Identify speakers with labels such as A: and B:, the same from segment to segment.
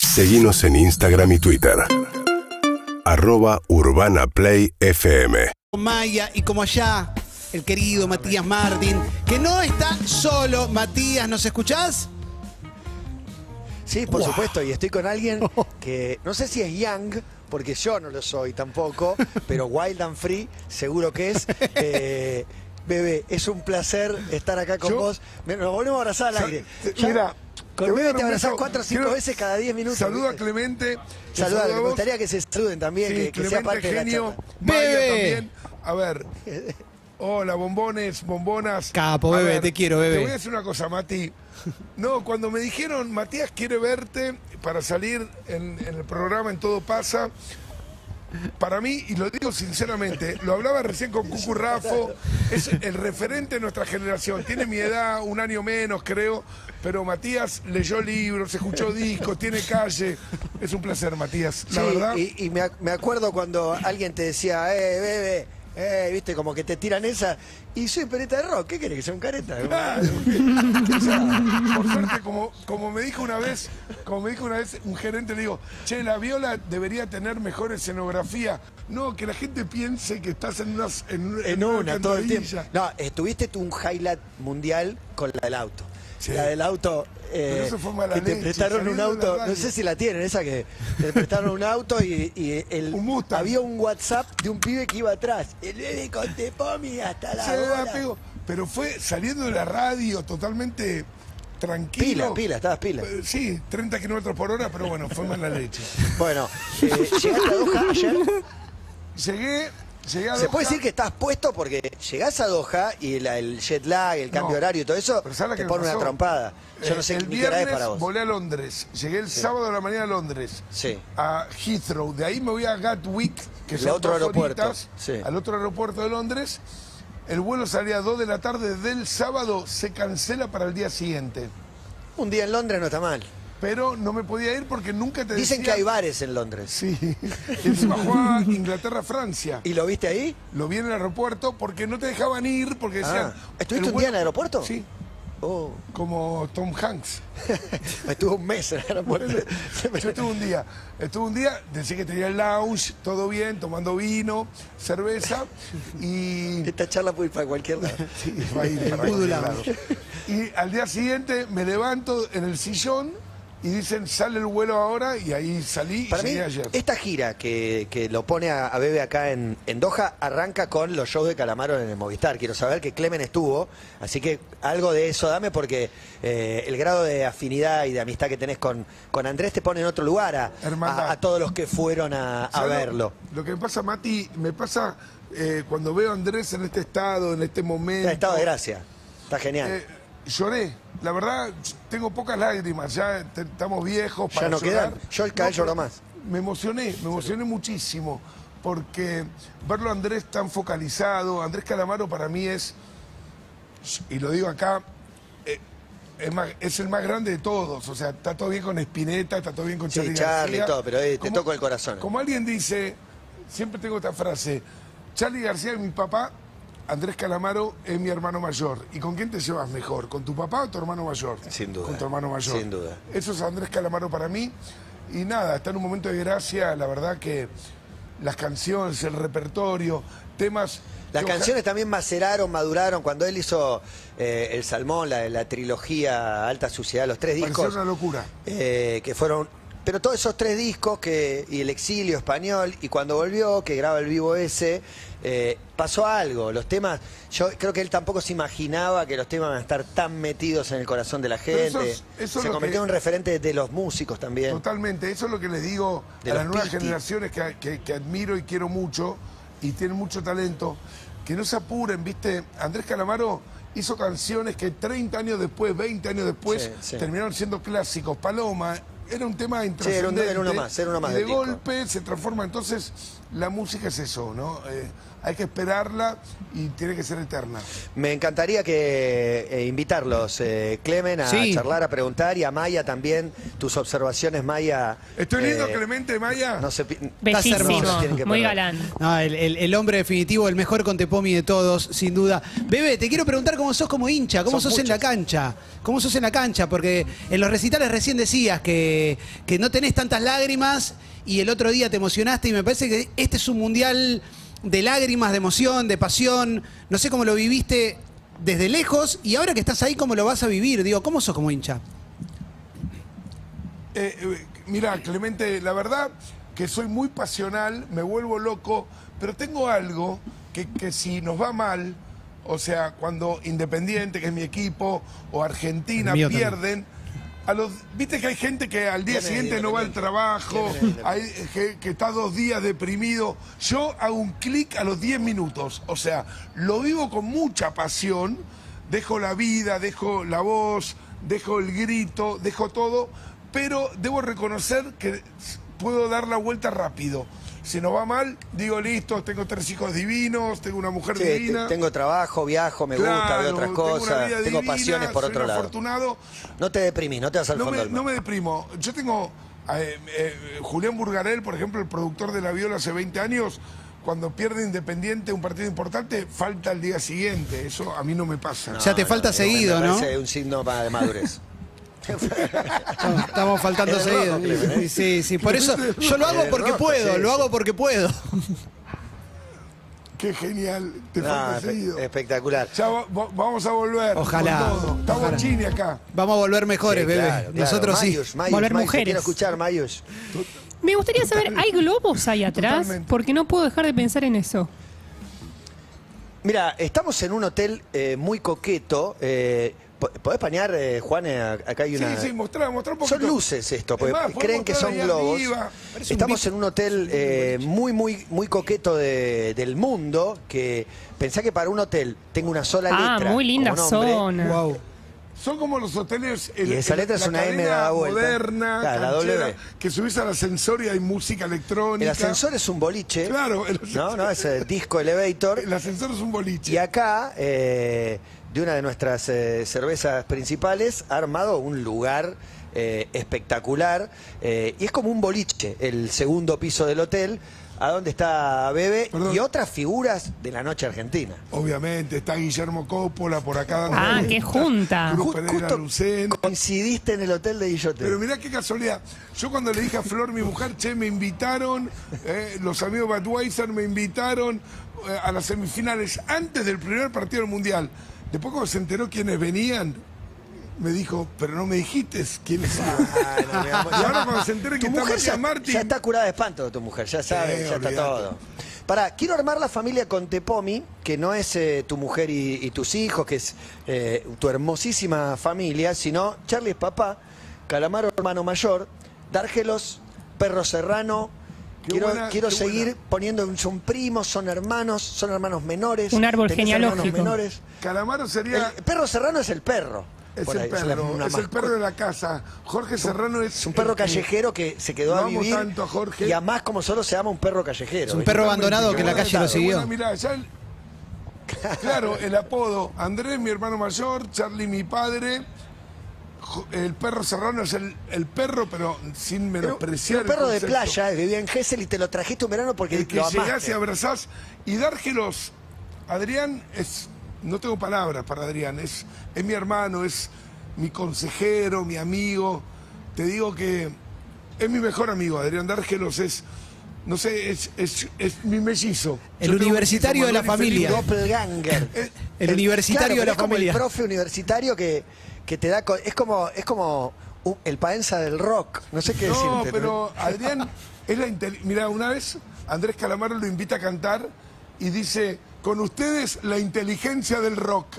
A: Seguimos en Instagram y Twitter. Arroba Urbana Play FM.
B: Maya y como allá el querido Matías Martín, que no está solo. Matías, ¿nos escuchás?
C: Sí, por supuesto, y estoy con alguien que no sé si es Young, porque yo no lo soy tampoco, pero Wild and Free seguro que es. Eh, bebé, es un placer estar acá con
D: Yo-
C: vos. Me- Nos volvemos a abrazar al aire.
D: Te-
C: Ya,
D: Mira,
C: con
D: voy a
C: Bebe
D: dar
C: te
D: un
C: abrazás
D: beso.
C: cuatro o cinco
D: Quiero-
C: veces cada diez minutos.
D: Saluda a
C: ¿viste?
D: Clemente. te
C: Saluda,
D: saluda a
C: me
D: vos.
C: gustaría que se saluden también,
D: Sí,
C: que, que sea
D: Clemente,
C: parte de la
D: genio.
C: charla.
B: Bebe.
D: Maya también. A ver. Hola, bombones, bombonas.
B: Capo,
D: A
B: bebe, te quiero, bebe.
D: Te voy a decir una cosa, Mati. No, cuando me dijeron, Matías quiere verte para salir en, en el programa En Todo Pasa, para mí, y lo digo sinceramente, lo hablaba recién con Cucu Raffo, es el referente de nuestra generación. Tiene mi edad, un año menos, creo, pero Matías leyó libros, escuchó discos, tiene calle. Es un placer, Matías, la
C: Sí,
D: verdad.
C: Y, y me, ac- me acuerdo cuando alguien te decía, eh, bebé, eh, viste, como que te tiran esa. Y soy pereta de rock, ¿qué querés que sea un careta?
D: Claro. O sea, por suerte, como, como me dijo una vez, como me dijo una vez un gerente, le digo, che, la viola debería tener mejor escenografía. No, que la gente piense que estás en una en,
C: En una, todo el tiempo.
D: cantarilla.
C: No, estuviste tú un highlight mundial con la del auto.
D: Sí.
C: La del auto. eh,
D: Pero eso fue mala
C: que te
D: leche,
C: prestaron un
D: saliendo de la
C: auto, no
D: radio.
C: sé si la tienen, esa que te prestaron un auto y, y el,
D: Un Mustang.
C: había un WhatsApp de un pibe que iba atrás. El bebé con Tepomi hasta la.
D: Se le da
C: bola.
D: pego. Pero fue saliendo de la radio totalmente
C: Pila,
D: tranquilo.
C: pila, estabas pila.
D: Eh, Sí, 30 kilómetros por hora, pero bueno, fue mala leche.
C: Bueno, eh, llegaste a Doha ayer.
D: Llegué, llegué a
C: Se puede
D: Doha.
C: decir que estás puesto porque llegás a Doha y la- el jet lag, el cambio de
D: No.
C: horario y todo eso,
D: Pero ¿sabes lo
C: te
D: que
C: pone
D: me
C: una
D: pasó?
C: trompada. Yo
D: Eh,
C: no sé
D: el
C: ni qué hora es
D: viernes
C: para vos.
D: volé a Londres. Llegué el sábado de la mañana a Londres.
C: Sí.
D: A Heathrow. De ahí me voy a Gatwick, que
C: El
D: es
C: otro aeropuerto. Sí.
D: Al otro aeropuerto de Londres. El vuelo salía a 2 de la tarde del sábado. Se cancela para el día siguiente.
C: Un día en Londres no está mal.
D: Pero no me podía ir porque nunca te
C: Dicen que
D: decían-
C: hay bares en Londres.
D: Sí. Y encima jugaba Inglaterra-Francia.
C: ¿Y lo viste ahí?
D: Lo vi en el aeropuerto porque no te dejaban ir porque decían...
C: Ah. ¿Estuviste
D: el
C: un día en el aeropuerto?
D: Sí,
C: Oh,
D: como Tom Hanks.
C: estuve un mes en el aeropuerto. Se me-
D: Yo estuve un día, estuve un día, decía que tenía el lounge, todo bien, tomando vino, cerveza y.
C: Esta charla puede ir para cualquier lado.
D: va a ir para cualquier lado. Y al día siguiente me levanto en el sillón y dicen sale el vuelo ahora y ahí salí
C: Para
D: y
C: mí,
D: llegué ayer.
C: esta gira que, que lo pone a, a Bebe acá en, en Doha arranca con los shows de Calamaro en el Movistar. Quiero saber que Clemen estuvo, así que algo de eso dame porque eh, el grado de afinidad y de amistad que tenés con, con Andrés te pone en otro lugar a,
D: Hermandad.
C: a- a todos los que fueron a, a
D: ¿Sabes lo-
C: verlo.
D: Lo que me pasa, Mati, me pasa eh, cuando veo a Andrés en este estado, en este momento.
C: Está estado de gracia, está genial.
D: Eh, lloré. La verdad, tengo pocas lágrimas. Ya te- estamos viejos
C: Ya
D: para
C: no
D: llorar.
C: quedan. Yo cada vez
D: pero
C: lloro más.
D: Me emocioné, me emocioné muchísimo. Porque verlo a Andrés tan focalizado, Andrés Calamaro para mí es, y lo digo acá, eh, es, más- es el más grande de todos. O sea, está todo bien con Spinetta, está todo bien con
C: Sí,
D: Charlie
C: Charlie y
D: García.
C: todo, pero, eh, te
D: Como-
C: toco el corazón.
D: Como alguien dice, siempre tengo esta frase, Charlie García es mi papá, Andrés Calamaro es mi hermano mayor. ¿Y con quién te llevas mejor? ¿Con tu papá o tu hermano mayor?
C: Sin duda,
D: Con tu hermano mayor.
C: sin duda.
D: Eso es Andrés Calamaro para mí. Y nada, está en un momento de gracia, la verdad que las canciones, el repertorio, temas...
C: Las
D: que oja-
C: canciones también maceraron, maduraron. Cuando él hizo eh, El Salmón, la, la trilogía Alta Suciedad, los tres
D: Pareció
C: discos.
D: una locura.
C: eh, que fueron. Pero todos esos tres discos que, y el exilio español, y cuando volvió, que graba el vivo ese, eh, pasó algo. Los temas, yo creo que él tampoco se imaginaba que los temas van a estar tan metidos en el corazón de la
D: Pero
C: gente.
D: eso es- eso es
C: se
D: lo
C: convirtió en
D: que-
C: un referente de los músicos también.
D: Totalmente, eso es lo que les digo
C: De
D: a
C: los
D: las nuevas
C: Piti.
D: generaciones que, que- que admiro y quiero mucho y tienen mucho talento, que no se apuren, viste, Andrés Calamaro hizo canciones que 30 años después, 20 años después,
C: Sí, sí.
D: terminaron siendo clásicos. Paloma era un tema
C: era un-
D: intrascendente.
C: era uno más, era uno más
D: y
C: del
D: de
C: disco.
D: golpe se transforma, entonces la música es eso, ¿no? Eh, hay que esperarla y tiene que ser eterna.
C: Me encantaría que eh, invitarlos, eh, Clemen, a
B: Sí.
C: charlar, a preguntar y a Maya también tus observaciones, Maya.
D: Estoy
C: eh,
D: lindo, Clemente Maya.
C: No se pi- estás
E: Bellísimo,
C: hermoso, tienen que
E: muy
C: perdonar.
E: galán.
B: No, el, el- el hombre definitivo, el mejor contepomi de todos, sin duda. Bebe, te quiero preguntar cómo sos como hincha, cómo
C: Son
B: sos en la
C: muchos.
B: cancha, cómo sos en la cancha, porque en los recitales recién decías que que, que no tenés tantas lágrimas y el otro día te emocionaste y me parece que este es un mundial de lágrimas, de emoción, de pasión. No sé cómo lo viviste desde lejos y ahora que estás ahí, ¿cómo lo vas a vivir? Digo, ¿cómo sos como hincha?
D: Eh, eh, mira, Clemente, la verdad que soy muy pasional, me vuelvo loco, pero tengo algo que, que si nos va mal, o sea, cuando Independiente, que es mi equipo, o Argentina
B: El mío también.
D: pierden, a los, viste que hay gente que al día
C: Viene de
D: siguiente no va al
C: Independiente.
D: trabajo,
C: Viene de Independiente.
D: hay eh, que, que está dos días deprimido. Yo hago un clic a los 10 minutos, o sea, lo vivo con mucha pasión, dejo la vida, dejo la voz, dejo el grito, dejo todo, pero debo reconocer que puedo dar la vuelta rápido. Si no va mal, digo listo, tengo tres hijos divinos, tengo una mujer
C: Sí,
D: divina.
C: te- tengo trabajo, viajo, me gusta,
D: Claro,
C: veo otras
D: tengo una
C: cosas,
D: vida
C: tengo,
D: divina,
C: pasiones por
D: soy
C: otro
D: un
C: lado.
D: afortunado.
C: No te deprimís, no te vas al
D: No
C: fondo
D: me,
C: del
D: no
C: mar.
D: me deprimo. Yo tengo eh, eh, Julián Burgarel, por ejemplo, el productor de La Viola hace 20 años. Cuando pierde Independiente un partido importante, falta al día siguiente. Eso a mí no me pasa.
B: O sea, te falta seguido,
C: me
B: ¿no?
C: parece un signo pa- de madurez.
B: Estamos- Estamos faltando
C: Es
B: seguido.
C: rojo, Clemen,
B: Sí, sí, sí. Por eso yo lo hago
C: Es
B: porque
C: rojo,
B: puedo,
C: ¿eh? sí,
B: lo
C: sí.
B: hago porque puedo.
D: Qué genial. Te
C: No,
D: falta
C: espe-
D: seguido.
C: espectacular.
D: Ya va- va- vamos a volver.
B: Ojalá,
D: Con todo. Está
B: ojalá.
D: Bochini acá.
B: Vamos a volver mejores,
C: Sí,
B: bebé.
C: claro, claro.
B: Nosotros sí.
C: Mayus, Mayus,
E: Volver
C: Mayus, te
E: mujeres.
C: Quiero escuchar, Mayus.
E: Me gustaría saber, ¿hay globos ahí atrás?
D: Totalmente.
E: Porque no puedo dejar de pensar en eso.
C: Mira, estamos en un hotel eh, muy coqueto. eh, po- ¿Podés panear, eh, Juan? Eh, Acá hay una...
D: Sí, sí, mostrá, mostrá un poquito.
C: Son luces esto,
D: Es
C: porque
D: más, podés
C: creen que
D: mostrar
C: son
D: ahí
C: globos.
D: arriba.
B: Parece un
C: Estamos
B: bicho.
C: en un hotel eh, muy, muy, muy coqueto de- del mundo, que pensá que para un hotel tengo una sola
E: Ah,
C: letra.
E: muy linda
C: como nombre,
E: zona.
B: Wow.
D: Son como los hoteles. el-
C: Y esa letra
D: el-
C: es una M
D: cadena
C: dada vuelta.
D: moderna,
C: Claro, la
D: canchera,
C: W.
D: que subís al ascensor y hay música electrónica.
C: El ascensor es un boliche.
D: Claro, el ascensor-
C: No, no, es el disco elevator.
D: El ascensor es un boliche.
C: Y acá, eh, de una de nuestras eh, cervezas principales, ha armado un lugar eh, espectacular. eh, y es como un boliche, el segundo piso del hotel, a donde está Bebe
D: Perdón.
C: y otras figuras de la noche argentina.
D: Obviamente, está Guillermo Coppola por acá dando.
E: Ah,
D: vueltas.
E: qué junta.
D: Cruz
C: Ju-
D: Pereira
C: justo
D: Lucena.
C: Coincidiste en el hotel de Guillote.
D: Pero mirá qué casualidad. Yo cuando le dije a Flor, mi mujer, che, me invitaron, eh, los amigos Budweiser me invitaron eh, a las semifinales antes del primer partido del Mundial. Después cuando se enteró quiénes venían, me dijo, pero no me dijiste quiénes iban.
C: Ay, no, mi amor.
D: Y ahora cuando se entere
C: Tu
D: que está
C: mujer
D: Matías
C: ya,
D: Martín.
C: ya está curada de espanto tu mujer, ya sabe,
D: Sí,
C: ya está
D: olvídate.
C: todo. Pará, quiero armar la familia con Tepomi, que no es eh, tu mujer y, y tus hijos, que es eh, tu hermosísima familia, sino Charlie es papá, Calamaro hermano mayor, Dárgelos, Perro Serrano.
D: Qué
C: quiero
D: buena,
C: quiero
D: qué
C: seguir
D: buena.
C: poniendo, son primos, son hermanos, son hermanos menores.
E: Un árbol
C: tenés hermanos
E: genealógico.
C: menores.
D: Calamaro sería...
C: El perro Serrano es el perro.
D: Es
C: por
D: el
C: ahí, es la-
D: perro,
C: una
D: es el
C: mascota.
D: perro de la casa. Jorge Serrano es...
C: Es un perro
D: eh, eh,
C: callejero que se quedó
D: Lo
C: a
D: amo
C: vivir.
D: tanto a Jorge.
C: Y además, como solo se llama un perro callejero. ¿eh?
B: Es un
C: ¿viste?
B: perro abandonado que en la calle lo
D: Bueno,
B: siguió.
D: mirá, ya el- claro, el apodo. Andrés, mi hermano mayor, Charlie, mi padre. Jo- El perro serrano es el, el perro, pero sin
C: Pero-
D: menospreciar.
C: Un perro
D: el
C: de
D: concepto.
C: playa, eh, vivía en Gessel y te lo trajiste un verano porque
D: El que
C: lo
D: llegás y
C: amaste.
D: abrazás. Y dárgelos. Adrián es. No tengo palabras para Adrián. Es, es mi hermano, es mi consejero, mi amigo. Te digo que es mi mejor amigo, Adrián Dárgelos. Es. No sé, es, es, es mi mellizo.
B: El
D: Yo tengo
B: universitario
D: mellizo,
B: de la
D: Manuel y Felipe.
B: familia.
C: Doppelganger.
B: El universitario
C: claro,
B: de la
C: pero es como
B: familia.
C: El profe universitario que, que te da. co- Es como, es como un- el paenza del rock. No sé qué
D: no,
C: decirte.
D: pero Adrián es la Mira, una vez Andrés Calamaro lo invita a cantar y dice, con ustedes la inteligencia del rock.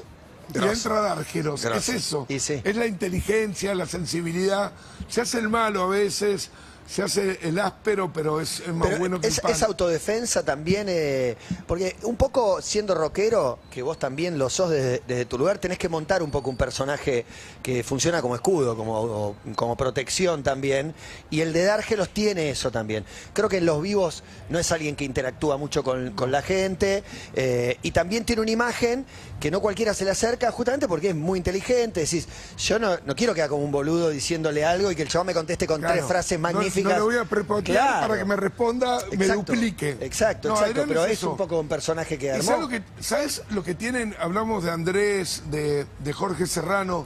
D: Y
C: Grosso.
D: entra Dárgelos, es
C: Grosso.
D: eso.
C: Y sí.
D: Es la inteligencia, la sensibilidad. Se hace el malo a veces, se hace el áspero, pero es, es más
C: Pero
D: bueno que
C: es,
D: el pan.
C: es autodefensa también, eh, porque un poco siendo rockero, que vos también lo sos desde, desde tu lugar, tenés que montar un poco un personaje que funciona como escudo, como, o- como protección también, y el de Dárgelos tiene eso también. Creo que en los vivos no es alguien que interactúa mucho con, con la gente, eh, y también tiene una imagen que no cualquiera se le acerca, justamente porque es muy inteligente, decís, yo no, no quiero quedar como un boludo diciéndole algo y que el chabón me conteste con
D: Claro.
C: tres frases
D: No-
C: magníficas.
D: No, lo voy a prepotear
C: Claro.
D: para que me responda, me
C: Exacto,
D: duplique.
C: Exacto,
D: No,
C: exacto.
D: Adrián
C: Pero es,
D: eso.
C: un poco un personaje que
D: ¿Y
C: armó.
D: ¿Sabes lo, que, sabes lo que tienen? Hablamos de Andrés, de, de Jorge Serrano,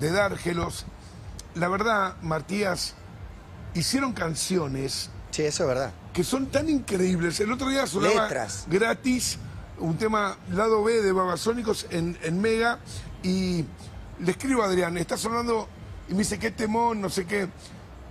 D: de Dárgelos. La verdad, Matías, hicieron canciones
C: Sí, eso es verdad.
D: que son tan increíbles. El otro día sonaba
C: Letras.
D: gratis un tema lado B de Babasónicos en, en Mega y le escribo a Adrián, está sonando y me dice qué temón, no sé qué.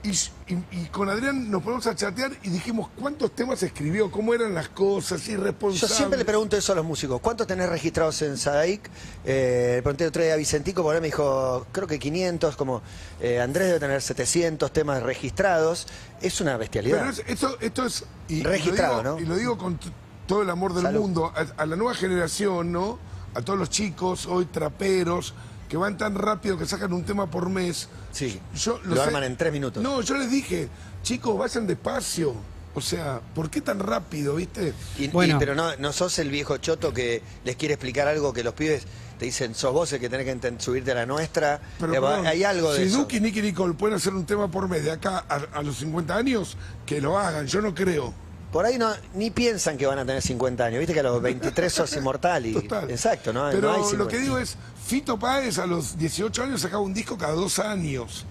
D: Y, y- y con Adrián nos ponemos a chatear y dijimos cuántos temas escribió, cómo eran las cosas,
C: Yo
D: irresponsable.
C: siempre le pregunto eso a los músicos. ¿Cuántos tenés registrados en Sadaic? Eh, le pregunté otro día a Vicentico, por ahí me dijo, creo que 500, como eh, Andrés debe tener 700 temas registrados. Es una bestialidad.
D: Pero es- esto, esto es. y- y lo
C: Registrado,
D: digo-
C: ¿no?
D: Y lo digo con t- todo el amor del
C: Salud.
D: mundo. A, a la nueva generación, ¿no? A todos los chicos, hoy traperos, que van tan rápido que sacan un tema por mes.
C: Sí,
D: Yo
C: lo
D: sé-
C: arman en tres minutos.
D: No, yo les dije, chicos, vayan despacio. O sea, ¿por qué tan rápido, viste?
C: Y- y-
B: Bueno.
C: pero no, no sos el viejo choto que les quiere explicar algo que los pibes te dicen, sos vos el que tenés que enten- subirte a la nuestra.
D: Pero,
C: Eh, va-
D: perdón,
C: hay algo de
D: Si
C: eso.
D: Duki y Nicky Nicole pueden hacer un tema por mes de acá a, a los 50 años, que lo hagan. Yo no creo.
C: Por ahí no, ni piensan que van a tener 50 años. Viste que a los 23 sos inmortal. Y,
D: Total.
C: Exacto, ¿no?
D: Pero
C: No hay
D: lo
C: 50.
D: que digo es, Fito Páez a los 18 años sacaba un disco cada dos años.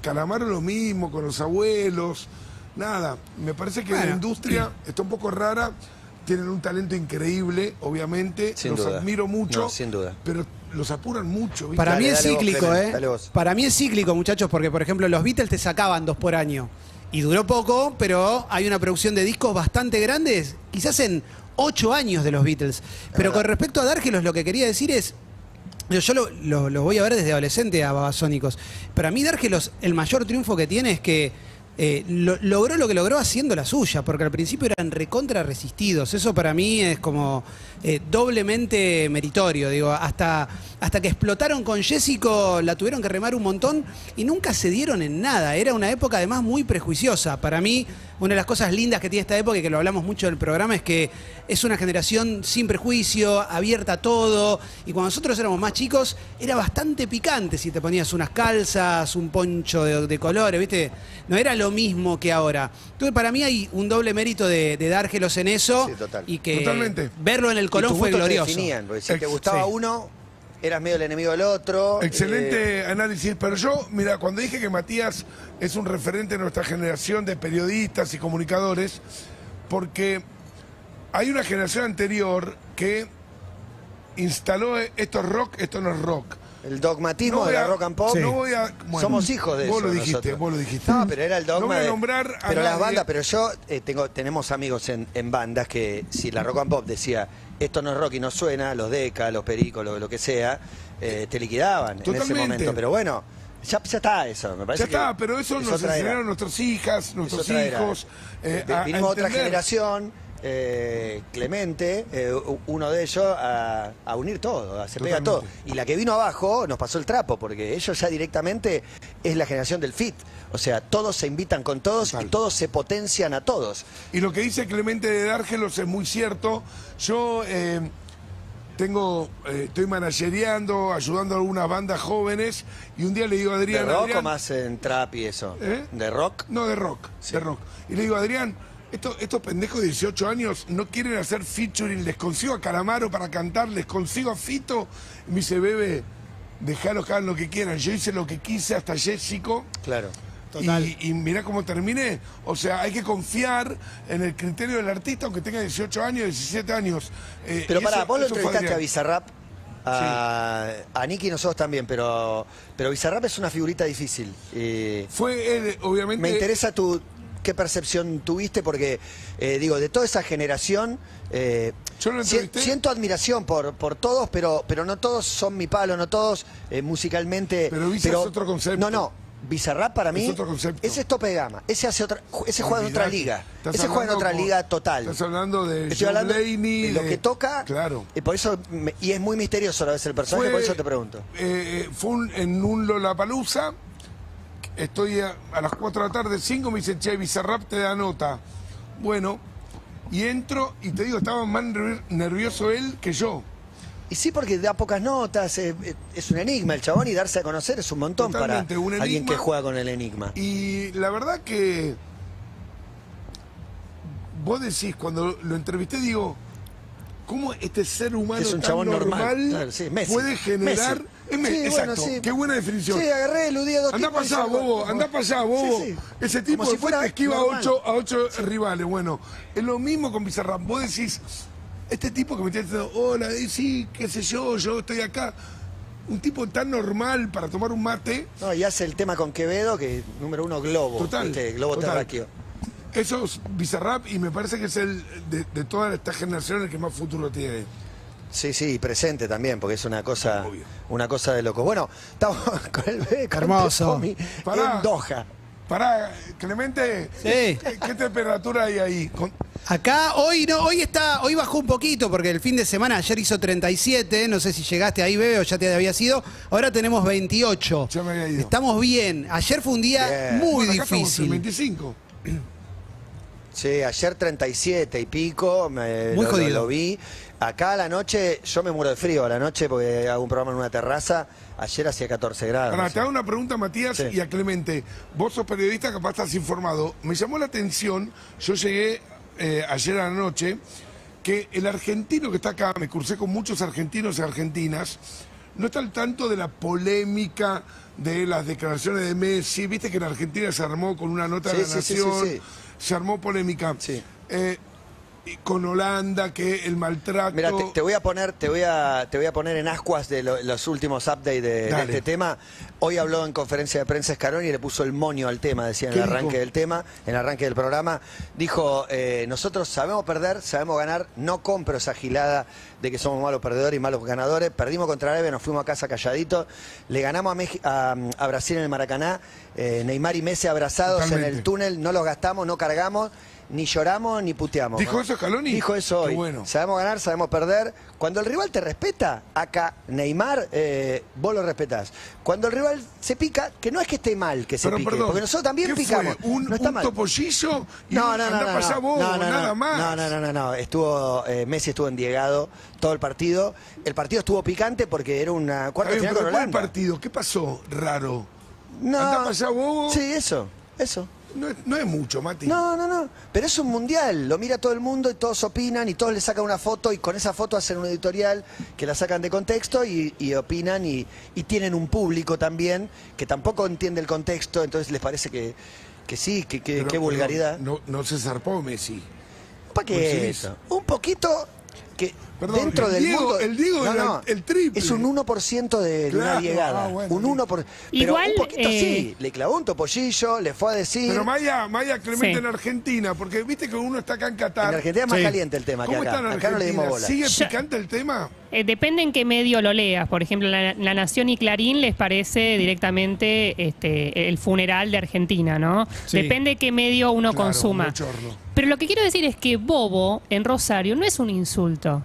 D: Calamaro lo mismo, con los abuelos. Nada, me parece que la
B: Bueno.
D: industria está un poco rara. Tienen un talento increíble, obviamente.
C: Sin
D: los
C: duda.
D: admiro mucho.
C: No, sin duda.
D: Pero los apuran mucho. ¿viste?
B: Para
C: Dale,
B: mí es
C: dale vos,
B: cíclico,
C: Clemen,
B: ¿eh?
C: dale vos.
B: Para mí es cíclico, muchachos, porque, por ejemplo, los Beatles te sacaban dos por año. Y duró poco, pero hay una producción de discos bastante grandes, quizás en ocho años de los Beatles. Pero con respecto a Dargelos, lo que quería decir es. Yo, yo lo, lo- lo voy a ver desde adolescente a Babasónicos. Para mí, Dargelos, el mayor triunfo que tiene es que eh, lo- logró lo que logró haciendo la suya, porque al principio eran recontra resistidos. Eso para mí es como eh, doblemente meritorio. Digo, hasta, hasta que explotaron con Jessico, la tuvieron que remar un montón y nunca se dieron en nada. Era una época además muy prejuiciosa. Para mí, una de las cosas lindas que tiene esta época y que lo hablamos mucho del programa es que es una generación sin prejuicio, abierta a todo. Y cuando nosotros éramos más chicos, era bastante picante si te ponías unas calzas, un poncho de, de colores, ¿viste? No era lo mismo que ahora. Entonces, para mí hay un doble mérito de, de dárgelos en eso.
C: Sí, total.
B: Y que
D: Totalmente.
B: verlo en el
C: Y
B: Colón
C: tus
B: fue
C: gustos te
B: glorioso.
C: definían, porque si te
D: Ex-
C: gustaba
D: sí.
C: uno, eras medio el enemigo del otro. eh,
D: Excelente análisis, pero yo, mira, cuando dije que Matías es un referente de nuestra generación de periodistas y comunicadores, porque hay una generación anterior que instaló eh, esto es rock, esto no es rock.
C: el dogmatismo
D: voy
C: de la
D: a-
C: rock and pop.
D: no voy a- bueno,
C: Somos hijos de
D: vos
C: eso.
D: Lo dijiste,
C: nosotros.
D: Vos lo dijiste,
C: No, pero era el dogma.
D: No voy a
C: de-
D: nombrar a
C: pero las
D: nadie.
C: bandas, pero yo eh, tengo, tenemos amigos en, en bandas que si la rock and pop decía esto no es rock y no suena, los Deca, los Pericos, lo, lo que sea, eh, te liquidaban en ese
D: Totalmente.
C: momento. Pero bueno, ya, ya está eso, me
D: Ya
C: parece. que
D: está, pero eso
C: es
D: nos
C: otra era.
D: enseñaron nuestras hijas,
C: Es
D: nuestros
C: otra era.
D: hijos. eh,
C: De-
D: a- a
C: vinimos de otra
D: entender.
C: generación. eh, Clemente, eh, u- uno de ellos, a, a unir todo, a se pega todo.
D: Totalmente.
C: Y la que vino abajo nos pasó el trapo, porque ellos ya directamente es la generación del fit. O sea, todos se invitan con todos y todos se potencian a todos.
D: Y lo que dice Clemente de Dárgelos es muy cierto. Yo eh, tengo, eh, estoy managereando, ayudando a algunas bandas jóvenes y un día le digo a
C: De
D: Adrián,
C: rock o
D: Adrián-
C: más en trap y eso.
D: ¿Eh?
C: De rock.
D: no de rock, de rock. Y le digo Adrián, estos, estos pendejos de 18 años no quieren hacer featuring, les consigo a Calamaro para cantar, les consigo a Fito. Y me dice, bebe, dejalos que hagan lo que quieran. Yo hice lo que quise hasta Jessico.
C: Claro.
D: Y, y mirá cómo terminé. O sea, hay que confiar en el criterio del artista, aunque tenga 18 años, 17 años. Eh,
C: Pero
D: y
C: pará,
D: eso-
C: vos lo
D: eso fue
C: entrevistaste a
D: Adrián.
C: Bizarrap. A, a Nicky y nosotros también, pero, pero Bizarrap es una figurita difícil. Eh,
D: Fue él, obviamente.
C: Me interesa tu qué percepción tuviste, porque eh, digo, de toda esa generación, eh,
D: Yo lo
C: si-
D: entrevisté.
C: siento admiración por, por todos, pero, pero no todos son mi palo, no todos eh, musicalmente.
D: Pero Visa es otro concepto.
C: No, no. Bizarrap para mí
D: Es otro concepto.
C: ese es tope de gama, ese hace otra, ju- ese juega en otra
D: Olvidate.
C: liga,
D: Estás
C: ese juega en
D: hablando
C: otra
D: con-
C: liga total.
D: estás hablando de
C: Estoy
D: John
C: hablando
D: Blaney,
C: de lo
D: de-
C: que toca,
D: Claro.
C: y por eso me- y es muy misterioso a la vez el personaje,
D: Fue,
C: por eso te pregunto.
D: eh, fue un- en un Lollapalooza. Estoy a, a las 4 de la tarde, 5, me dicen, che, Bizarrap te da nota. Bueno, y entro y te digo, estaba más nervi- nervioso él que yo.
C: Y sí, porque da pocas notas, eh, eh, es un enigma el chabón y darse a conocer es un montón
D: Totalmente,
C: para
D: un
C: alguien
D: enigma.
C: que juega con el enigma.
D: Y la verdad que vos decís, cuando lo entrevisté, digo, ¿cómo este ser humano
C: Es un
D: tan
C: chabón normal,
D: normal,
C: claro, sí, Messi.
D: puede generar
C: Messi.
D: Es me-
C: Sí, bueno,
D: exacto.
C: sí.
D: Qué buena definición.
C: Sí, agarré, eludí a dos
D: Andá
C: tipos y
D: pasá,
C: salgo.
D: bobo, andá pasá, bobo.
C: Sí, sí.
D: Ese tipo
C: Como si
D: de fuerte
C: fuera
D: esquiva a
C: normal.
D: ocho, a ocho rivales. Bueno, es lo mismo con Pizarrán. Vos decís, este tipo que me está diciendo, hola, eh, sí, qué sé yo, yo estoy acá. Un tipo tan normal para tomar un mate,
C: No, y hace el tema con Quevedo, que número uno, globo.
D: Total,
C: ¿viste? globo
D: total.
C: terráqueo.
D: eso es Bizarrap y me parece que es el de, de toda esta generación el que más futuro tiene.
C: Sí, sí, y presente también, porque es una cosa,
D: Obvio.
C: una cosa de locos. Bueno, estamos con el bebé con
B: Hermoso.
C: Tommy
D: Pará.
C: en Doha.
D: Pará, Clemente,
B: Sí.
D: ¿qué, qué temperatura hay ahí? Con-
B: Acá hoy no, hoy está, hoy bajó un poquito porque el fin de semana ayer hizo 37, no sé si llegaste ahí, Bebe, o ya te había sido. Ahora tenemos 28.
D: Ya me había ido.
B: Estamos bien. Ayer fue un día
C: Bien.
B: muy
D: Bueno, acá estamos en
B: difícil.
D: 25.
C: Sí, ayer 37 y pico, me,
B: Muy
C: lo,
B: jodido.
C: lo- lo vi. Acá a la noche, yo me muero de frío a la noche porque hago un programa en una terraza. Ayer hacía 14 grados.
D: Ahora,
C: no sé.
D: te hago una pregunta, Matías,
C: Sí.
D: y a Clemente. Vos sos periodista, capaz estás informado. Me llamó la atención, yo llegué eh, ayer a la noche, que el argentino que está acá, me cursé con muchos argentinos y argentinas, no está al tanto de la polémica de las declaraciones de Messi. Viste que en Argentina se armó con una nota de
C: Sí, sí,
D: la
C: sí, sí,
D: Nación,
C: sí.
D: se armó polémica.
C: Sí.
D: Eh, y con Holanda, que el maltrato...
C: Mira, te, te voy a poner, te voy a, te voy a poner en ascuas de lo- los últimos updates de, de
D: Dale.
C: este tema. Hoy habló en conferencia de prensa Escaroni y le puso el moño al tema, decía en
D: ¿Qué
C: el
D: dijo?
C: arranque del tema, en el arranque del programa. Dijo, eh, nosotros sabemos perder, sabemos ganar, no compro esa gilada de que somos malos perdedores y malos ganadores. Perdimos contra Arabia, nos fuimos a casa calladitos, le ganamos a, Meji- a, a Brasil en el Maracaná, eh, Neymar y Messi abrazados en
D: Totalmente.
C: el túnel, no los gastamos, no cargamos. Ni lloramos ni puteamos.
D: ¿Dijo eso Scaloni?
C: Dijo eso
D: Qué
C: hoy.
D: bueno.
C: Sabemos ganar, sabemos perder. Cuando el rival te respeta, acá Neymar, eh, vos lo respetás. Cuando el rival se pica, que no es que esté mal que se
D: Pero
C: pique,
D: perdón,
C: porque nosotros también
D: ¿qué
C: picamos.
D: fue? ¿Un,
C: no está
D: un
C: mal.
D: topollillo y
C: No,
D: un
C: no, no,
D: andá
C: no,
D: pasá
C: no.
D: vos,
C: No, no,
D: nada
C: no.
D: más.
C: No, no, no, no, no. Estuvo, eh, Messi estuvo endiegado todo el partido. El partido estuvo picante porque era una
D: Está
C: cuarta
D: bien,
C: final
D: pero
C: con
D: ¿cuál
C: Holanda.
D: partido? ¿Qué pasó raro?
C: No.
D: Andá pasá vos.
C: Sí, eso, eso.
D: No, es- no es mucho, Mati.
C: No, no, no. Pero es un mundial. Lo mira todo el mundo y todos opinan y todos le sacan una foto y con esa foto hacen un editorial que la sacan de contexto y, y opinan y, y tienen un público también que tampoco entiende el contexto. Entonces les parece que, que sí, que, que-
D: Pero-
C: qué
D: pero
C: vulgaridad.
D: No, no se zarpó Messi.
C: ¿Para qué
D: coincidís.
C: eso? Un poquito que
D: Perdón,
C: dentro
D: el
C: del
D: Diego-
C: mundo.
D: el Diego era el triple.
C: Es un 1% de
D: Claro,
C: una llegada.
D: ah, bueno,
C: un
D: sí.
C: 1%. Pero
E: Igual,
C: un poquito
E: eh,
C: sí. Le clavó un topollillo, le fue a decir.
D: Pero Maya, Maya Clemente
E: Sí.
D: en Argentina, porque viste que uno está acá en Qatar.
C: En Argentina es más
B: Sí.
C: caliente el tema que
D: ¿Cómo
C: acá.
D: está en
C: Acá no le dimos
D: Argentina?
C: bola.
D: ¿Sigue
E: Ya-
D: picante el tema?
E: Eh, depende en qué medio lo leas. Por ejemplo, la, La Nación y Clarín les parece directamente este, el funeral de Argentina, ¿no?
B: Sí.
E: Depende qué medio uno
D: Claro,
E: consuma.
D: bochorno.
E: Pero lo que quiero decir es que bobo en Rosario no es un insulto.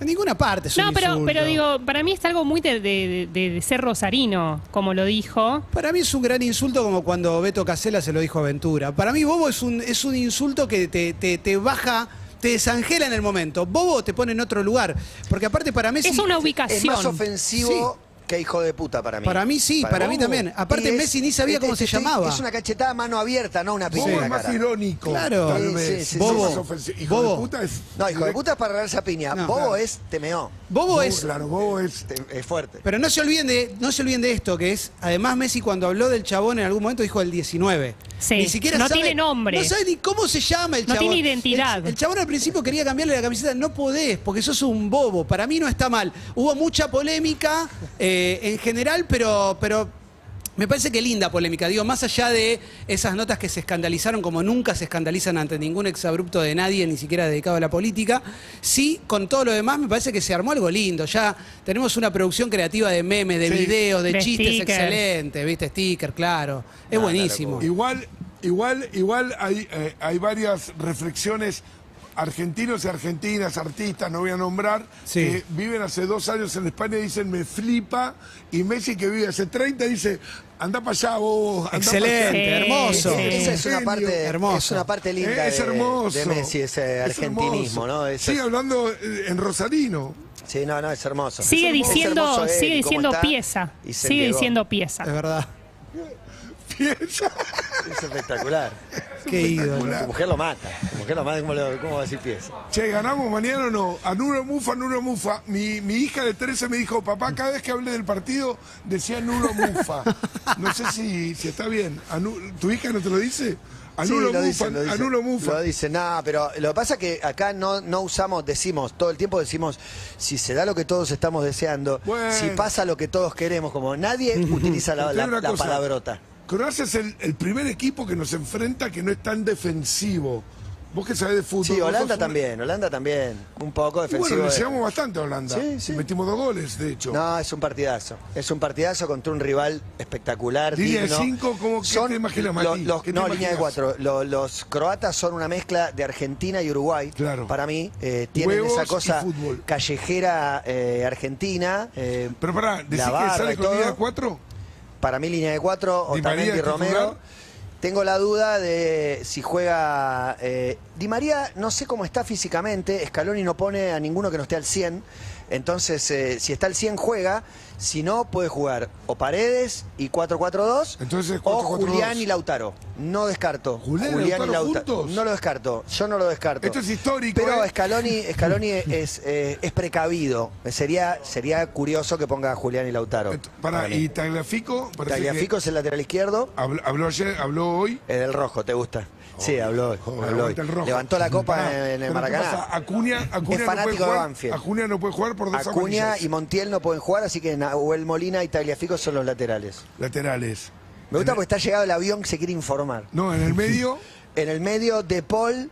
B: En ninguna parte es un
E: No, pero,
B: insulto.
E: pero digo, para mí es algo muy de, de- de- de ser rosarino, como lo dijo.
B: Para mí es un gran insulto como cuando Beto Casella se lo dijo a Ventura. Para mí Bobo es un, es un insulto que te, te- te baja, te desangela en el momento. Bobo te pone en otro lugar. Porque aparte para Messi...
E: Es una
C: Es
E: ubicación.
C: más ofensivo que hijo de puta para mí.
B: Para mí sí, para mí también. Aparte,
C: Y
B: Messi ni sabía cómo se llamaba.
C: Es una cachetada a mano abierta, no una
D: Bobo
C: piña en la
D: es más
C: cara.
D: irónico.
B: Claro.
D: Tal
C: Sí,
D: vez.
C: sí, sí,
D: No
B: sí.
D: es más
B: Bobo.
D: ofensivo. Hijo
B: Bobo.
D: de puta es.
C: No, hijo de puta es para agarrarse a piña.
B: No,
C: Bobo
B: claro.
C: es temeó.
B: Bobo es...
D: Claro, Bobo es.
C: Te- Es fuerte.
B: Pero no se olviden de, no se olviden de esto, que es, además Messi cuando habló del chabón en algún momento dijo el 19.
E: Sí,
B: Ni siquiera
E: no
B: sabe-
E: tiene nombre.
B: No sabe ni cómo se llama el
E: No
B: chabón.
E: tiene identidad.
B: El, el chabón al principio quería cambiarle la camiseta, no podés, porque sos un bobo. Para mí no está mal. Hubo mucha polémica eh, en general, pero, pero me parece que linda polémica. Digo, más allá de esas notas que se escandalizaron como nunca se escandalizan ante ningún exabrupto de nadie, ni siquiera dedicado a la política, sí, con todo lo demás me parece que se armó algo lindo. Ya tenemos una producción creativa de memes, de
D: Sí.
B: videos, de,
E: De
B: chistes
E: stickers.
B: excelente, ¿viste? Sticker, claro. Es buenísimo.
D: Igual, igual, igual hay, eh, hay varias reflexiones argentinos y argentinas, artistas, no voy a nombrar,
B: Sí.
D: que viven hace dos años en España y dicen me flipa, y Messi que vive hace 30 dice anda para allá vos, anda
B: Excelente,
E: Sí,
B: hermoso.
E: sí.
C: Esa es una
D: genio.
C: parte,
B: Hermoso.
C: es una parte linda
D: Es
C: de-
D: hermoso.
C: de Messi, ese
D: Es
C: argentinismo,
D: hermoso.
C: ¿no? Es-
D: Sigue hablando eh, en rosarino.
C: Sí, no, no, es hermoso.
E: Sigue
C: Es hermoso. Es
E: diciendo,
C: hermoso él
E: sigue
C: y cómo
E: diciendo
C: está,
E: pieza.
C: y se
E: Sigue
C: entregó.
E: diciendo
B: Es
E: pieza.
B: verdad.
D: Piensa.
C: Es espectacular.
B: Qué ídolo.
D: Espectacular.
C: Su mujer lo mata. Su mujer lo mata. ¿Cómo, le- cómo va a decir pies?
D: Che, ¿ganamos mañana o no? Anura Mufa, Anura Mufa. Mi, mi hija de 13 me dijo, papá, cada vez que hablé del partido decía Anura Mufa. No sé si, si está bien. Anu- ¿Tu hija no te lo dice? Anura Mufa, Anura Mufa.
C: Lo dice, nada, pero lo que pasa es que acá no, no usamos, decimos, todo el tiempo decimos, si se da lo que todos estamos deseando,
D: Bueno.
C: si pasa lo que todos queremos, como nadie utiliza la,
D: Te
C: la-
D: digo una
C: la
D: cosa.
C: palabrota.
D: Croacia es el, el primer equipo que nos enfrenta que no es tan defensivo. Vos que sabés de fútbol.
C: Sí,
D: vos sos
C: Holanda
D: un-
C: también, Holanda también. Un poco
D: Y
C: defensivo.
D: Bueno, le
C: de-
D: llegamos bastante a Holanda.
C: Sí, sí.
D: Metimos dos goles, de hecho.
C: No, es un partidazo. Es un partidazo contra un rival espectacular.
D: Línea de
C: digno.
D: cinco, ¿cómo- qué te imaginas,
C: lo-
D: Mati?
C: los-
D: ¿Qué te
C: no, línea de
D: imaginas?
C: cuatro. Lo- los croatas son una mezcla de Argentina y Uruguay.
D: Claro.
C: Para mí, eh, tienen
D: Huevos
C: esa cosa
D: y fútbol.
C: callejera eh, argentina. eh,
D: Pero pará,
C: la
D: ¿decís que
C: barra
D: sale
C: y
D: con línea
C: todo.
D: de cuatro?
C: Para mí, línea de cuatro,
D: Di María,
C: Otamendi y
D: titular.
C: Romero. Tengo la duda de si juega. eh, Di María, no sé cómo está físicamente. Scaloni no pone a ninguno que no esté al 100. Entonces, eh, si está al 100, juega. Si no, puede jugar o Paredes y 4-4-2.
D: Entonces,
C: o
D: 4-4-2.
C: Julián y Lautaro. No descarto.
D: Julián y Lautaro juntos.
C: No lo descarto. Yo no lo descarto.
D: Esto es histórico,
C: Pero
D: ¿eh?
C: Scaloni, Scaloni es, eh, es precavido. Sería, sería curioso que ponga a Julián y Lautaro.
D: Ent- Pará,
C: Para mí.
D: y Tagliafico. parece
C: Tagliafico es el lateral izquierdo.
D: que Habló, habló ayer, habló hoy.
C: El del rojo, ¿te gusta? Sí, habló, hoy,
D: Oh,
C: habló hoy.
D: aguanta el rojo.
C: Levantó la copa
D: Pará,
C: en, en el
D: pero ¿qué pasa?
C: Maracaná.
D: Acuña, Acuña no puede
C: fanático de
D: jugar.
C: Banfield.
D: Acuña no puede jugar por dos
C: Acuña
D: amarillas.
C: y Montiel no pueden jugar, así que Nahuel Molina y Tagliafico son los laterales.
D: Laterales.
C: Me gusta porque está llegado el avión que se quiere informar.
D: No, en el medio.
C: En el medio, De Paul,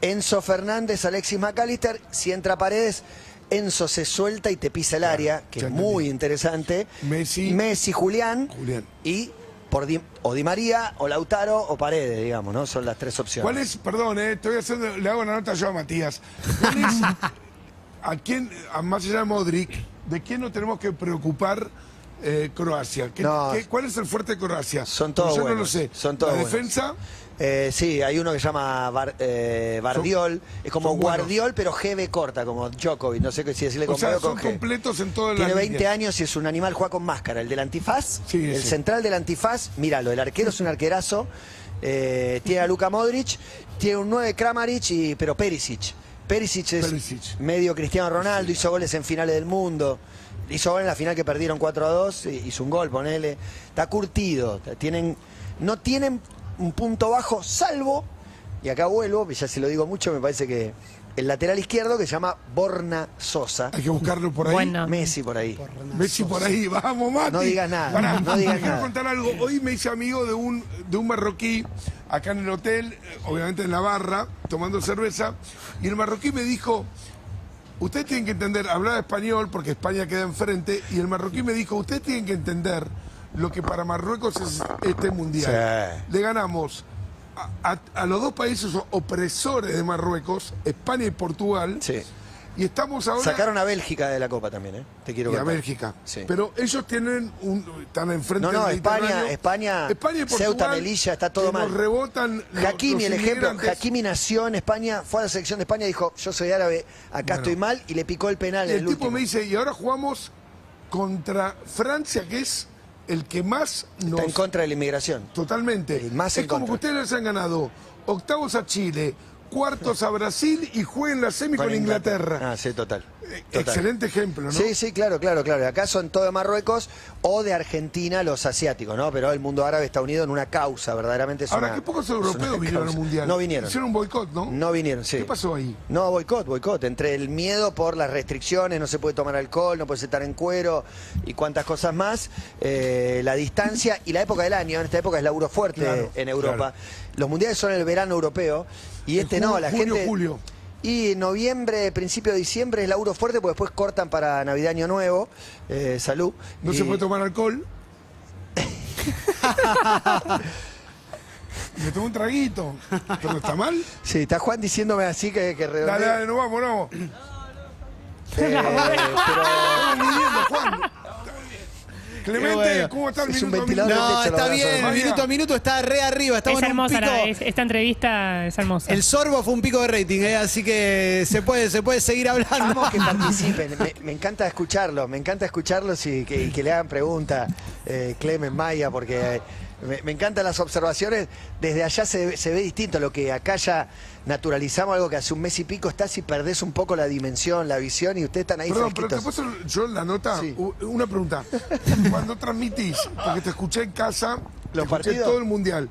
C: Enzo Fernández, Alexis McAllister. Si entra Paredes, Enzo se suelta y te pisa el área, que
D: ya
C: es
D: entendí.
C: muy interesante.
D: Messi.
C: Messi, Julián.
D: Julián.
C: Y por Di- o Di María, o Lautaro, o Paredes, digamos, ¿no? Son las tres opciones.
D: ¿Cuál es, perdón, eh, estoy haciendo, le hago una nota yo a Matías. ¿Cuál es, a quién, a más allá de Modric, de quién nos tenemos que preocupar eh, Croacia? ¿Qué-
C: No.
D: qué- ¿Cuál es el fuerte de Croacia?
C: Son todos
D: Yo no lo
C: buenos,
D: sé.
C: son todos
D: La
C: buenos.
D: defensa,
C: Eh, sí, hay uno que se llama Bar- eh, Bardiol. es como
D: son buenos.
C: Guardiol, pero GB corta, como Djokovic. No sé qué- si decirle
D: o
C: con B
D: sea,
C: o con
D: son
C: G.
D: completos en todas las
C: Tiene 20
D: líneas.
C: años y es un animal, juega con máscara. El del antifaz,
D: Sí,
C: el
D: sí.
C: central del antifaz, míralo, el arquero es un arquerazo. eh, tiene a Luka Modric, tiene un 9 Kramaric, y, pero Perisic. Perisic es
D: Perisic.
C: medio Cristiano Ronaldo, hizo goles en finales del mundo. Hizo gol en la final que perdieron 4 a 2, y- hizo un gol, ponele. Está curtido, t- tienen, no tienen un punto bajo, salvo, y acá vuelvo, ya se lo digo mucho, me parece que el lateral izquierdo que se llama Borna Sosa.
D: Hay que buscarlo por ahí.
E: Bueno.
C: Messi por ahí.
D: Messi por ahí, vamos Mati.
C: No digas nada,
D: Pará,
C: no digas
D: te quiero
C: nada.
D: contar algo. Hoy me hice amigo de un, de un marroquí acá en el hotel, eh, obviamente en la barra, tomando cerveza. Y el marroquí me dijo, ustedes tienen que entender, hablaba español porque España queda enfrente. Y el marroquí me dijo, ustedes tienen que entender lo que para Marruecos es este mundial. Le ganamos. A, a- a los dos países opresores de Marruecos, España y Portugal,
C: Sí.
D: y estamos ahora
C: Sacaron a Bélgica de la Copa también, ¿eh? Te quiero
D: y a
C: contar.
D: Bélgica.
C: Sí.
D: Pero ellos tienen un están enfrente
C: No, no,
D: del
C: España,
D: Mediterráneo.
C: España,
D: España y Portugal,
C: Ceuta, Melilla, está todo
D: que
C: mal.
D: Nos rebotan los-
C: Hakimi,
D: los
C: el ejemplo,
D: inmigrantes.
C: Hakimi nació en España, fue a la selección de España y dijo, yo soy árabe, acá estoy mal, y le picó el penal
D: Y
C: en
D: el
C: el,
D: tipo
C: último.
D: me dice, y ahora jugamos contra Francia, que es el que más nos
C: Está en contra de la inmigración.
D: Totalmente.
C: El más
D: es
C: en
D: como
C: contra.
D: que ustedes les han ganado octavos a Chile, cuartos a Brasil y juegan la semi con, Inglaterra.
C: Ah, sí, total.
D: Eh,
C: Total.
D: Excelente ejemplo, ¿no?
C: Sí, sí, claro, claro, claro. Acá son todo de Marruecos o de Argentina los asiáticos, ¿no? Pero el mundo árabe está unido en una causa, verdaderamente es
D: Ahora,
C: una-
D: qué pocos
C: es una
D: europeos vinieron al
C: causa.
D: Mundial.
C: No vinieron.
D: Hicieron un boicot, ¿no?
C: No vinieron, sí.
D: ¿Qué pasó ahí?
C: No, boicot, boicot. Entre el miedo por las restricciones, no se puede tomar alcohol, no puedes estar en cuero y cuantas cosas más, eh, la distancia y la época del año. En esta época es laburo fuerte
D: Claro,
C: en Europa. Los mundiales son el verano europeo y
D: En
C: este
D: junio-
C: no, la
D: junio,
C: gente...
D: julio.
C: Y noviembre, principio de diciembre es laburo fuerte, porque después cortan para Navidad, Año Nuevo. eh, salud.
D: No
C: Y-
D: se puede tomar alcohol. Me tomé un traguito. ¿Pero está mal?
C: Sí, está Juan diciéndome así que, que redondee.
D: Dale, dale, no vamos, no.
C: Eh, pero-
D: Estamos midiendo, Juan. Clemente,
B: bueno.
D: ¿cómo está el
C: Es un
D: minuto? a
C: ventilador.
D: minuto?
B: No,
C: Te echo los
B: está
C: brazos.
B: bien, el
D: María.
B: minuto a minuto está re arriba, estamos
E: Es
B: en un
E: hermosa,
B: pico.
E: la- es- esta entrevista es hermosa.
B: El sorbo fue un pico de rating, eh, así que se puede, se puede seguir hablando.
C: Amo que participen, me, me encanta escucharlos, me encanta escucharlos y que, y que le hagan preguntas, eh, Clemen Maya, porque Me, me encantan las observaciones. Desde allá se, se ve distinto lo que acá ya naturalizamos, algo que hace un mes y pico estás y perdés un poco la dimensión, la visión, y ustedes están ahí
D: Perdón, pero te
C: fresquitos.
D: paso yo en la nota
C: Sí.
D: u- una pregunta. Cuando transmitís, porque te escuché en casa, te
C: Los
D: escuché
C: partidos.
D: todo el mundial.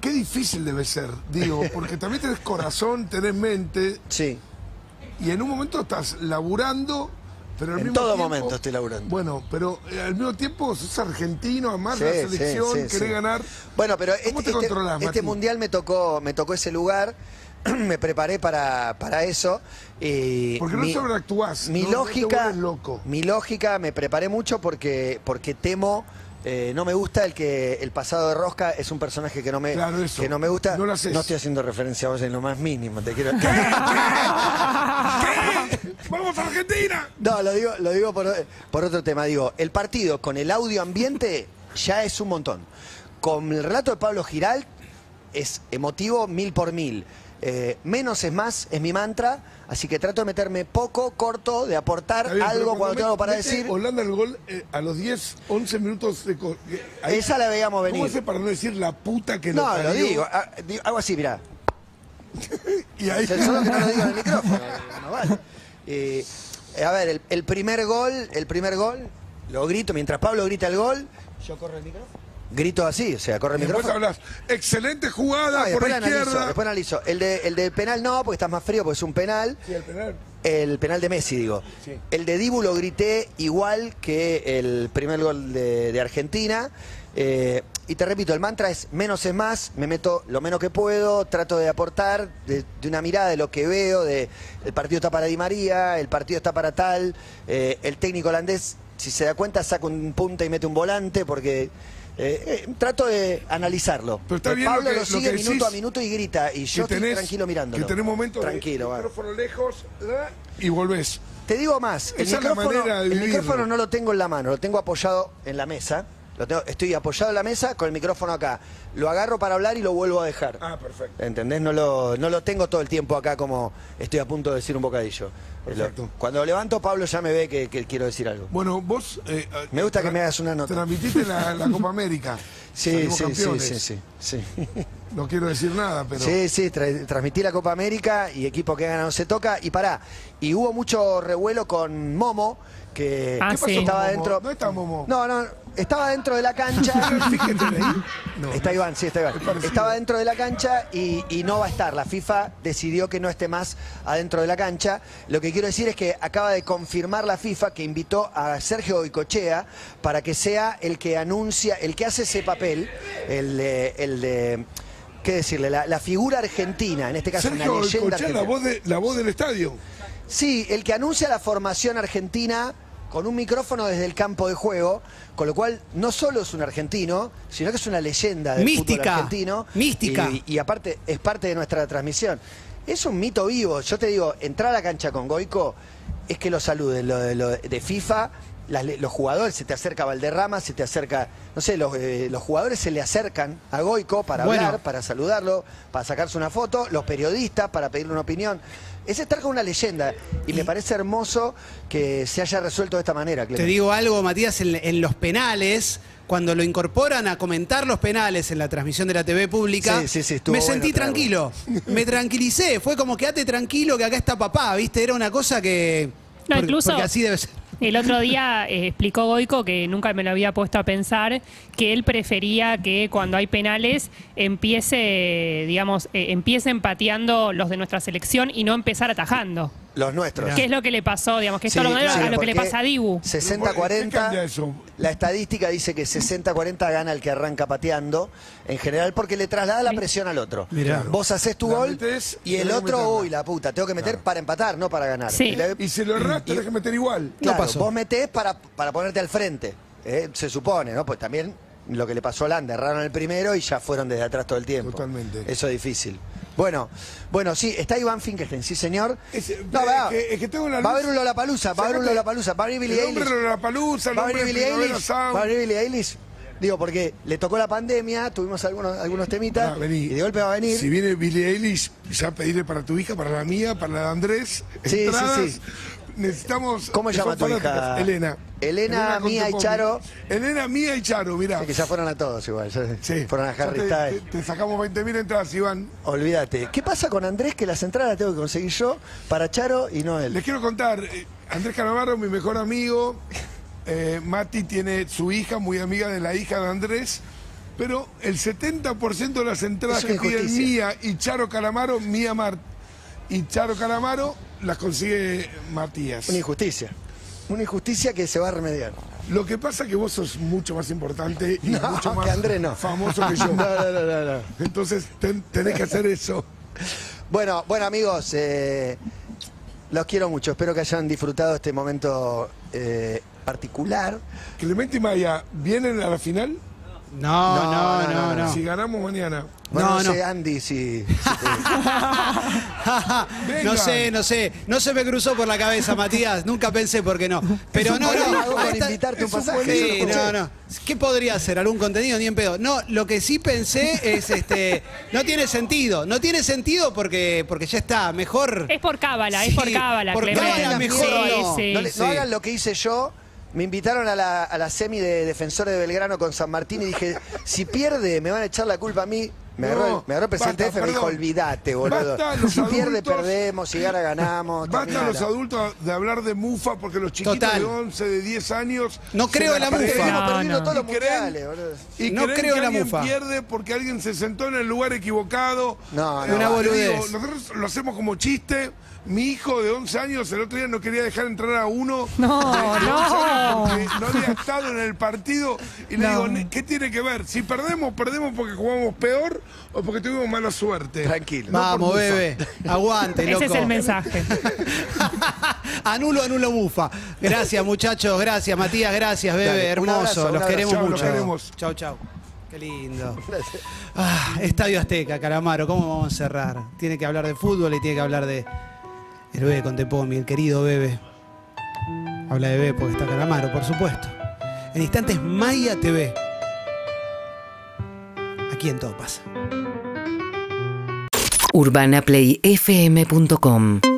D: Qué difícil debe ser, digo, porque también tenés corazón, tenés mente,
C: Sí.
D: y en un momento estás laburando, pero al
C: En
D: mismo
C: todo
D: tiempo-
C: momento estoy laburando.
D: Bueno, pero eh, al mismo tiempo sos argentino, amás
C: Sí,
D: la
C: sí,
D: selección,
C: sí,
D: querés
C: sí.
D: ganar.
C: Bueno, pero
D: ¿Cómo
C: este,
D: te
C: este-
D: controlás,
C: este
D: Mati?
C: mundial me tocó, me tocó ese lugar, me preparé para, para eso. y
D: Porque no sobreactuás,
C: Mi
D: no- no te
C: lógica,
D: vuelves loco.
C: mi lógica, me preparé mucho porque, porque temo. eh, no me gusta el que el pasado de Rosca es un personaje que no me
D: Claro, eso.
C: que no me gusta.
D: No lo haces.
C: estoy haciendo referencia a vos en lo más mínimo. Te quiero.
D: Ah, ¡Vamos a Argentina!
C: No, lo digo, lo digo por, por otro tema. Digo, el partido con el audio ambiente ya es un montón. Con el relato de Pablo Giral es emotivo mil por mil. Eh, menos es más, es mi mantra. Así que trato de meterme poco, corto, de aportar
D: Está bien, pero
C: algo cuando
D: met-
C: tengo algo para
D: mete
C: decir.
D: Holanda el gol eh, a los 10, 11 minutos de. co- eh, ahí-
C: Esa la veíamos
D: ¿Cómo hace
C: venir.
D: para no decir la puta que
C: No,
D: lo
C: lo
D: parió?
C: digo. ah, digo, Hago así, mirá.
D: Y ahí.
C: Se- Solo que no lo digo en el micrófono. no vale. Eh, a ver, el, el primer gol, el primer gol, lo grito, mientras Pablo grita el gol, yo corro el micrófono. Grito así, o sea, corre el
D: Después
C: micrófono.
D: hablas. Excelente jugada
C: No, y
D: por
C: después
D: la
C: analizo,
D: izquierda.
C: después analizo. El de, el de penal no, porque estás más frío, porque es un penal.
D: Sí, el penal.
C: El penal de Messi, digo.
D: Sí.
C: El de Dibu lo grité igual que el primer gol de, de Argentina. Eh, y te repito, el mantra es menos es más, me meto lo menos que puedo, trato de aportar de, de una mirada de lo que veo, de el partido está para Di María, el partido está para tal, eh, el técnico holandés, si se da cuenta, saca un punta y mete un volante, porque eh, eh, trato de analizarlo.
D: Pero está
C: Eh,
D: bien lo
C: Pablo
D: que-
C: lo,
D: lo
C: sigue
D: que
C: minuto
D: decís,
C: a minuto y grita, y yo
D: que
C: estoy
D: tenés,
C: tranquilo mirándolo.
D: Que tenés momentos
C: tranquilo,
D: de
C: va.
D: eh, micrófono lejos ¿verdad? y volvés.
C: Te digo más, el
D: Esa es la manera
C: micrófono,
D: de
C: el
D: vivirlo.
C: micrófono no lo tengo en la mano, lo tengo apoyado en la mesa. Lo tengo- estoy apoyado en la mesa con el micrófono acá. Lo agarro para hablar y lo vuelvo a dejar.
D: Ah, perfecto.
C: ¿Entendés? No lo, no lo tengo todo el tiempo acá como estoy a punto de decir un bocadillo.
D: Perfecto.
C: Lo- cuando lo levanto, Pablo ya me ve que, que quiero decir algo.
D: Bueno, vos. eh,
C: Me gusta que
D: tra-
C: me hagas una nota.
D: Transmitiste la, la Copa América.
C: Sí, sí,
D: Salimos
C: sí,
D: campeones.
C: sí, sí, sí.
D: No quiero decir nada, pero.
C: Sí, sí, tra- transmití la Copa América y equipo que gana no se toca. Y pará, y hubo mucho revuelo con Momo, que
E: Ah, ¿Qué pasó sí. con
C: estaba
D: Momo?
C: dentro.
D: ¿Dónde está Momo?
C: No, no, estaba dentro de la cancha.
D: Fíjate ahí. No.
C: Está Iván, sí, está Iván.
D: Es parecido.
C: Estaba dentro de la cancha y, y no va a estar. La FIFA decidió que no esté más adentro de la cancha. Lo que quiero decir es que acaba de confirmar la FIFA que invitó a Sergio Goicochea para que sea el que anuncia, el que hace ese papel, el de. El de ¿Qué decirle? La, la figura argentina, en este caso
D: Sergio
C: una leyenda
D: Colchán, la
C: argentina.
D: voz, de- la voz del estadio.
C: Sí, el que anuncia la formación argentina con un micrófono desde el campo de juego, con lo cual no solo es un argentino, sino que es una leyenda del fútbol
B: Mística,
C: argentino.
B: mística.
C: Y, y aparte es parte de nuestra transmisión. Es un mito vivo. Yo te digo, entrar a la cancha con Goico es que lo saluden. Lo, de- lo de FIFA, las le- los jugadores, se te acerca Valderrama, se te acerca, no sé, los, eh, los jugadores se le acercan a Goico para
B: Bueno.
C: hablar, para saludarlo, para sacarse una foto, los periodistas para pedirle una opinión. Es estar con una leyenda y, me parece hermoso que se haya resuelto de esta manera.
B: Te
C: Clemente.
B: digo algo, Matías, en, en los penales, cuando lo incorporan a comentar los penales en la transmisión de la TV pública,
C: Sí, sí, sí, estuvo
B: me
C: bueno
B: sentí
C: traerlo.
B: tranquilo, me tranquilicé, fue como quédate tranquilo que acá está papá, ¿viste? Era una cosa que...
E: No,
B: porque-
E: incluso-
B: porque así debe ser.
E: El otro día eh, explicó Goico, que nunca me lo había puesto a pensar, que él prefería que cuando hay penales empiece, digamos, eh, empiecen pateando los de nuestra selección y no empezar atajando.
C: Los nuestros.
E: ¿Qué es lo que le pasó, digamos, que es
C: Sí,
E: todo lo contrario
C: claro,
E: a lo que le
C: porque
E: pasa a Dibu?
D: ¿Qué cambia eso?
C: 60-40. La estadística dice que 60-40 gana el que arranca pateando, en general porque le traslada la presión al otro.
D: Mirá.
C: Vos haces tu
D: La
C: gol
D: metés,
C: y el
D: tenés que
C: otro,
D: meterla.
C: uy, la puta, tengo que meter para empatar, no para ganar.
E: Sí.
C: Y la-
D: Y si lo erras, tenés que meter igual.
C: Claro,
B: pasó.
C: vos metés para, para ponerte al frente, ¿eh? se supone, ¿no? Pues también lo que le pasó a Holanda, erraron el primero y ya fueron desde atrás todo el tiempo.
D: Totalmente.
C: Eso es difícil. Bueno, bueno, sí, está Iván Finkelstein, sí señor.
D: Es- es
C: va,
D: que- es que tengo la
C: va a
D: luz.
C: haber un Lollapalooza, va a haber un
D: Sacate
C: Lollapalooza, va a haber Billie
D: El hombre
C: Eilish.
D: de la palusa, el
C: ¿Va a
D: hombre
C: venir
D: de
C: Billie
D: Primavera
C: Eilish? ¿Va a
D: Sound.
C: venir Billie Eilish? Digo, porque le tocó la pandemia, tuvimos algunos, algunos temitas,
D: Ah, vení.
C: y de golpe va a venir.
D: Si viene Billie Eilish, ya pedirle para tu hija, para la mía, para la de Andrés.
C: Sí, sí,
D: entradas.
C: sí.
D: Necesitamos.
C: ¿Cómo
D: que
C: llama
D: son
C: tu hija?
D: fanáticas. Elena.
C: Elena, Mía y
D: Contepompi.
C: Charo.
D: Elena, Mía y Charo, mirá.
C: Que ya fueron a todos igual. ya-
D: Sí.
C: Fueron a
D: Ya
C: Harry
D: te-
C: Styles.
D: Te, te sacamos 20.000 entradas, Iván.
C: Olvídate. ¿Qué pasa con Andrés que las entradas las tengo que conseguir yo para Charo y no
D: Les
C: él?
D: quiero contar, eh, Andrés Calamaro, mi mejor amigo, eh, Mati tiene su hija, muy amiga de la hija de Andrés, pero el 70% de las entradas
C: Es una
D: que piden
C: injusticia.
D: Mía y Charo Calamaro, Mía Mart y Charo Calamaro, las consigue Matías.
C: Una injusticia. Una injusticia que se va a remediar.
D: Lo que pasa es que vos sos mucho más importante y
C: No,
D: mucho más
C: que Andrés no.
D: famoso que yo.
C: No, no, no, no, no.
D: Entonces ten- tenés que hacer eso.
C: Bueno, bueno amigos, eh, los quiero mucho. Espero que hayan disfrutado este momento eh, particular.
D: Clemente y Maya, ¿vienen a la final?
B: No, no, no, no.
D: Si ganamos mañana.
C: Bueno,
B: No,
C: no,
B: no.
C: sé, Andy, si...
B: No
D: Vengan.
B: sé, no sé. No se me cruzó por la cabeza, Matías. Nunca pensé por qué no. Pero
C: un
B: no,
C: buen
B: no.
C: pago
B: a
C: por invitarte un
B: es
C: pasaje,
B: buen-
C: Pues yo
B: Sí,
C: lo escuché.
B: no, no. ¿Qué podría hacer? ¿Algún contenido? Ni en pedo. No, lo que sí pensé es este. No tiene sentido. No tiene sentido porque, porque ya está. Mejor.
E: Es por cábala, es
B: Sí,
E: por cábala,
B: por
E: Clemente.
B: cábala
E: Sí,
B: mejor
C: no,
E: sí,
C: No le- no
E: sí.
C: hagan lo que hice yo. Me invitaron a la, a la semi de Defensores de Belgrano con San Martín y dije, si pierde me van a echar la culpa a mí. Me agarró,
D: No,
C: me agarró el presidente
D: basta,
C: F, me dijo,
D: perdón.
C: olvídate, boludo.
D: Basta, los
C: si pierde,
D: adultos-
C: perdemos, si gana, ganamos.
D: Basta a
C: terminala".
D: los adultos de hablar de mufa porque los chiquitos
B: Total.
D: de 11, de 10 años.
B: No creo
D: se
B: en la
D: creen.
B: mufa.
C: Terminamos
E: No,
C: perdiendo
E: no.
C: todos los
D: ¿Y creen?
C: mundiales, boludo.
D: Y
B: No
D: creen
B: creo
D: que
B: en la
D: alguien
B: mufa.
D: pierde porque alguien se sentó en el lugar equivocado.
C: No,
D: Eh,
C: no.
B: Una boludez.
D: digo, nosotros lo hacemos como chiste. Mi hijo de 11 años el otro día no quería dejar entrar a uno.
E: No,
D: de- de 11
E: no.
D: años porque no había estado en el partido. Y le
E: No.
D: digo, "Ne- ¿qué tiene que ver? Si perdemos, perdemos porque jugamos peor o porque tuvimos mala suerte.
C: Tranquilo.
D: No por
B: Vamos,
D: mufa.
B: bebé. Aguante, loco.
E: Ese es el mensaje.
B: anulo, anulo, bufa. Gracias, muchachos. Gracias, Matías. Gracias, bebé.
C: Dale, un
B: Hermoso.
C: abrazo, un
B: los
C: abrazo.
B: queremos
D: Chau, los
B: mucho.
D: queremos.
B: Chau, chau. Qué lindo. Ah, Estadio Azteca, Calamaro. ¿Cómo vamos a cerrar? Tiene que hablar de fútbol y tiene que hablar de. El bebé con Tepomi, el querido bebé. Habla de bebé porque está Calamaro, por supuesto. En instantes, Maya TV. Aquí en todo pasa.
F: urbanaplayfm.com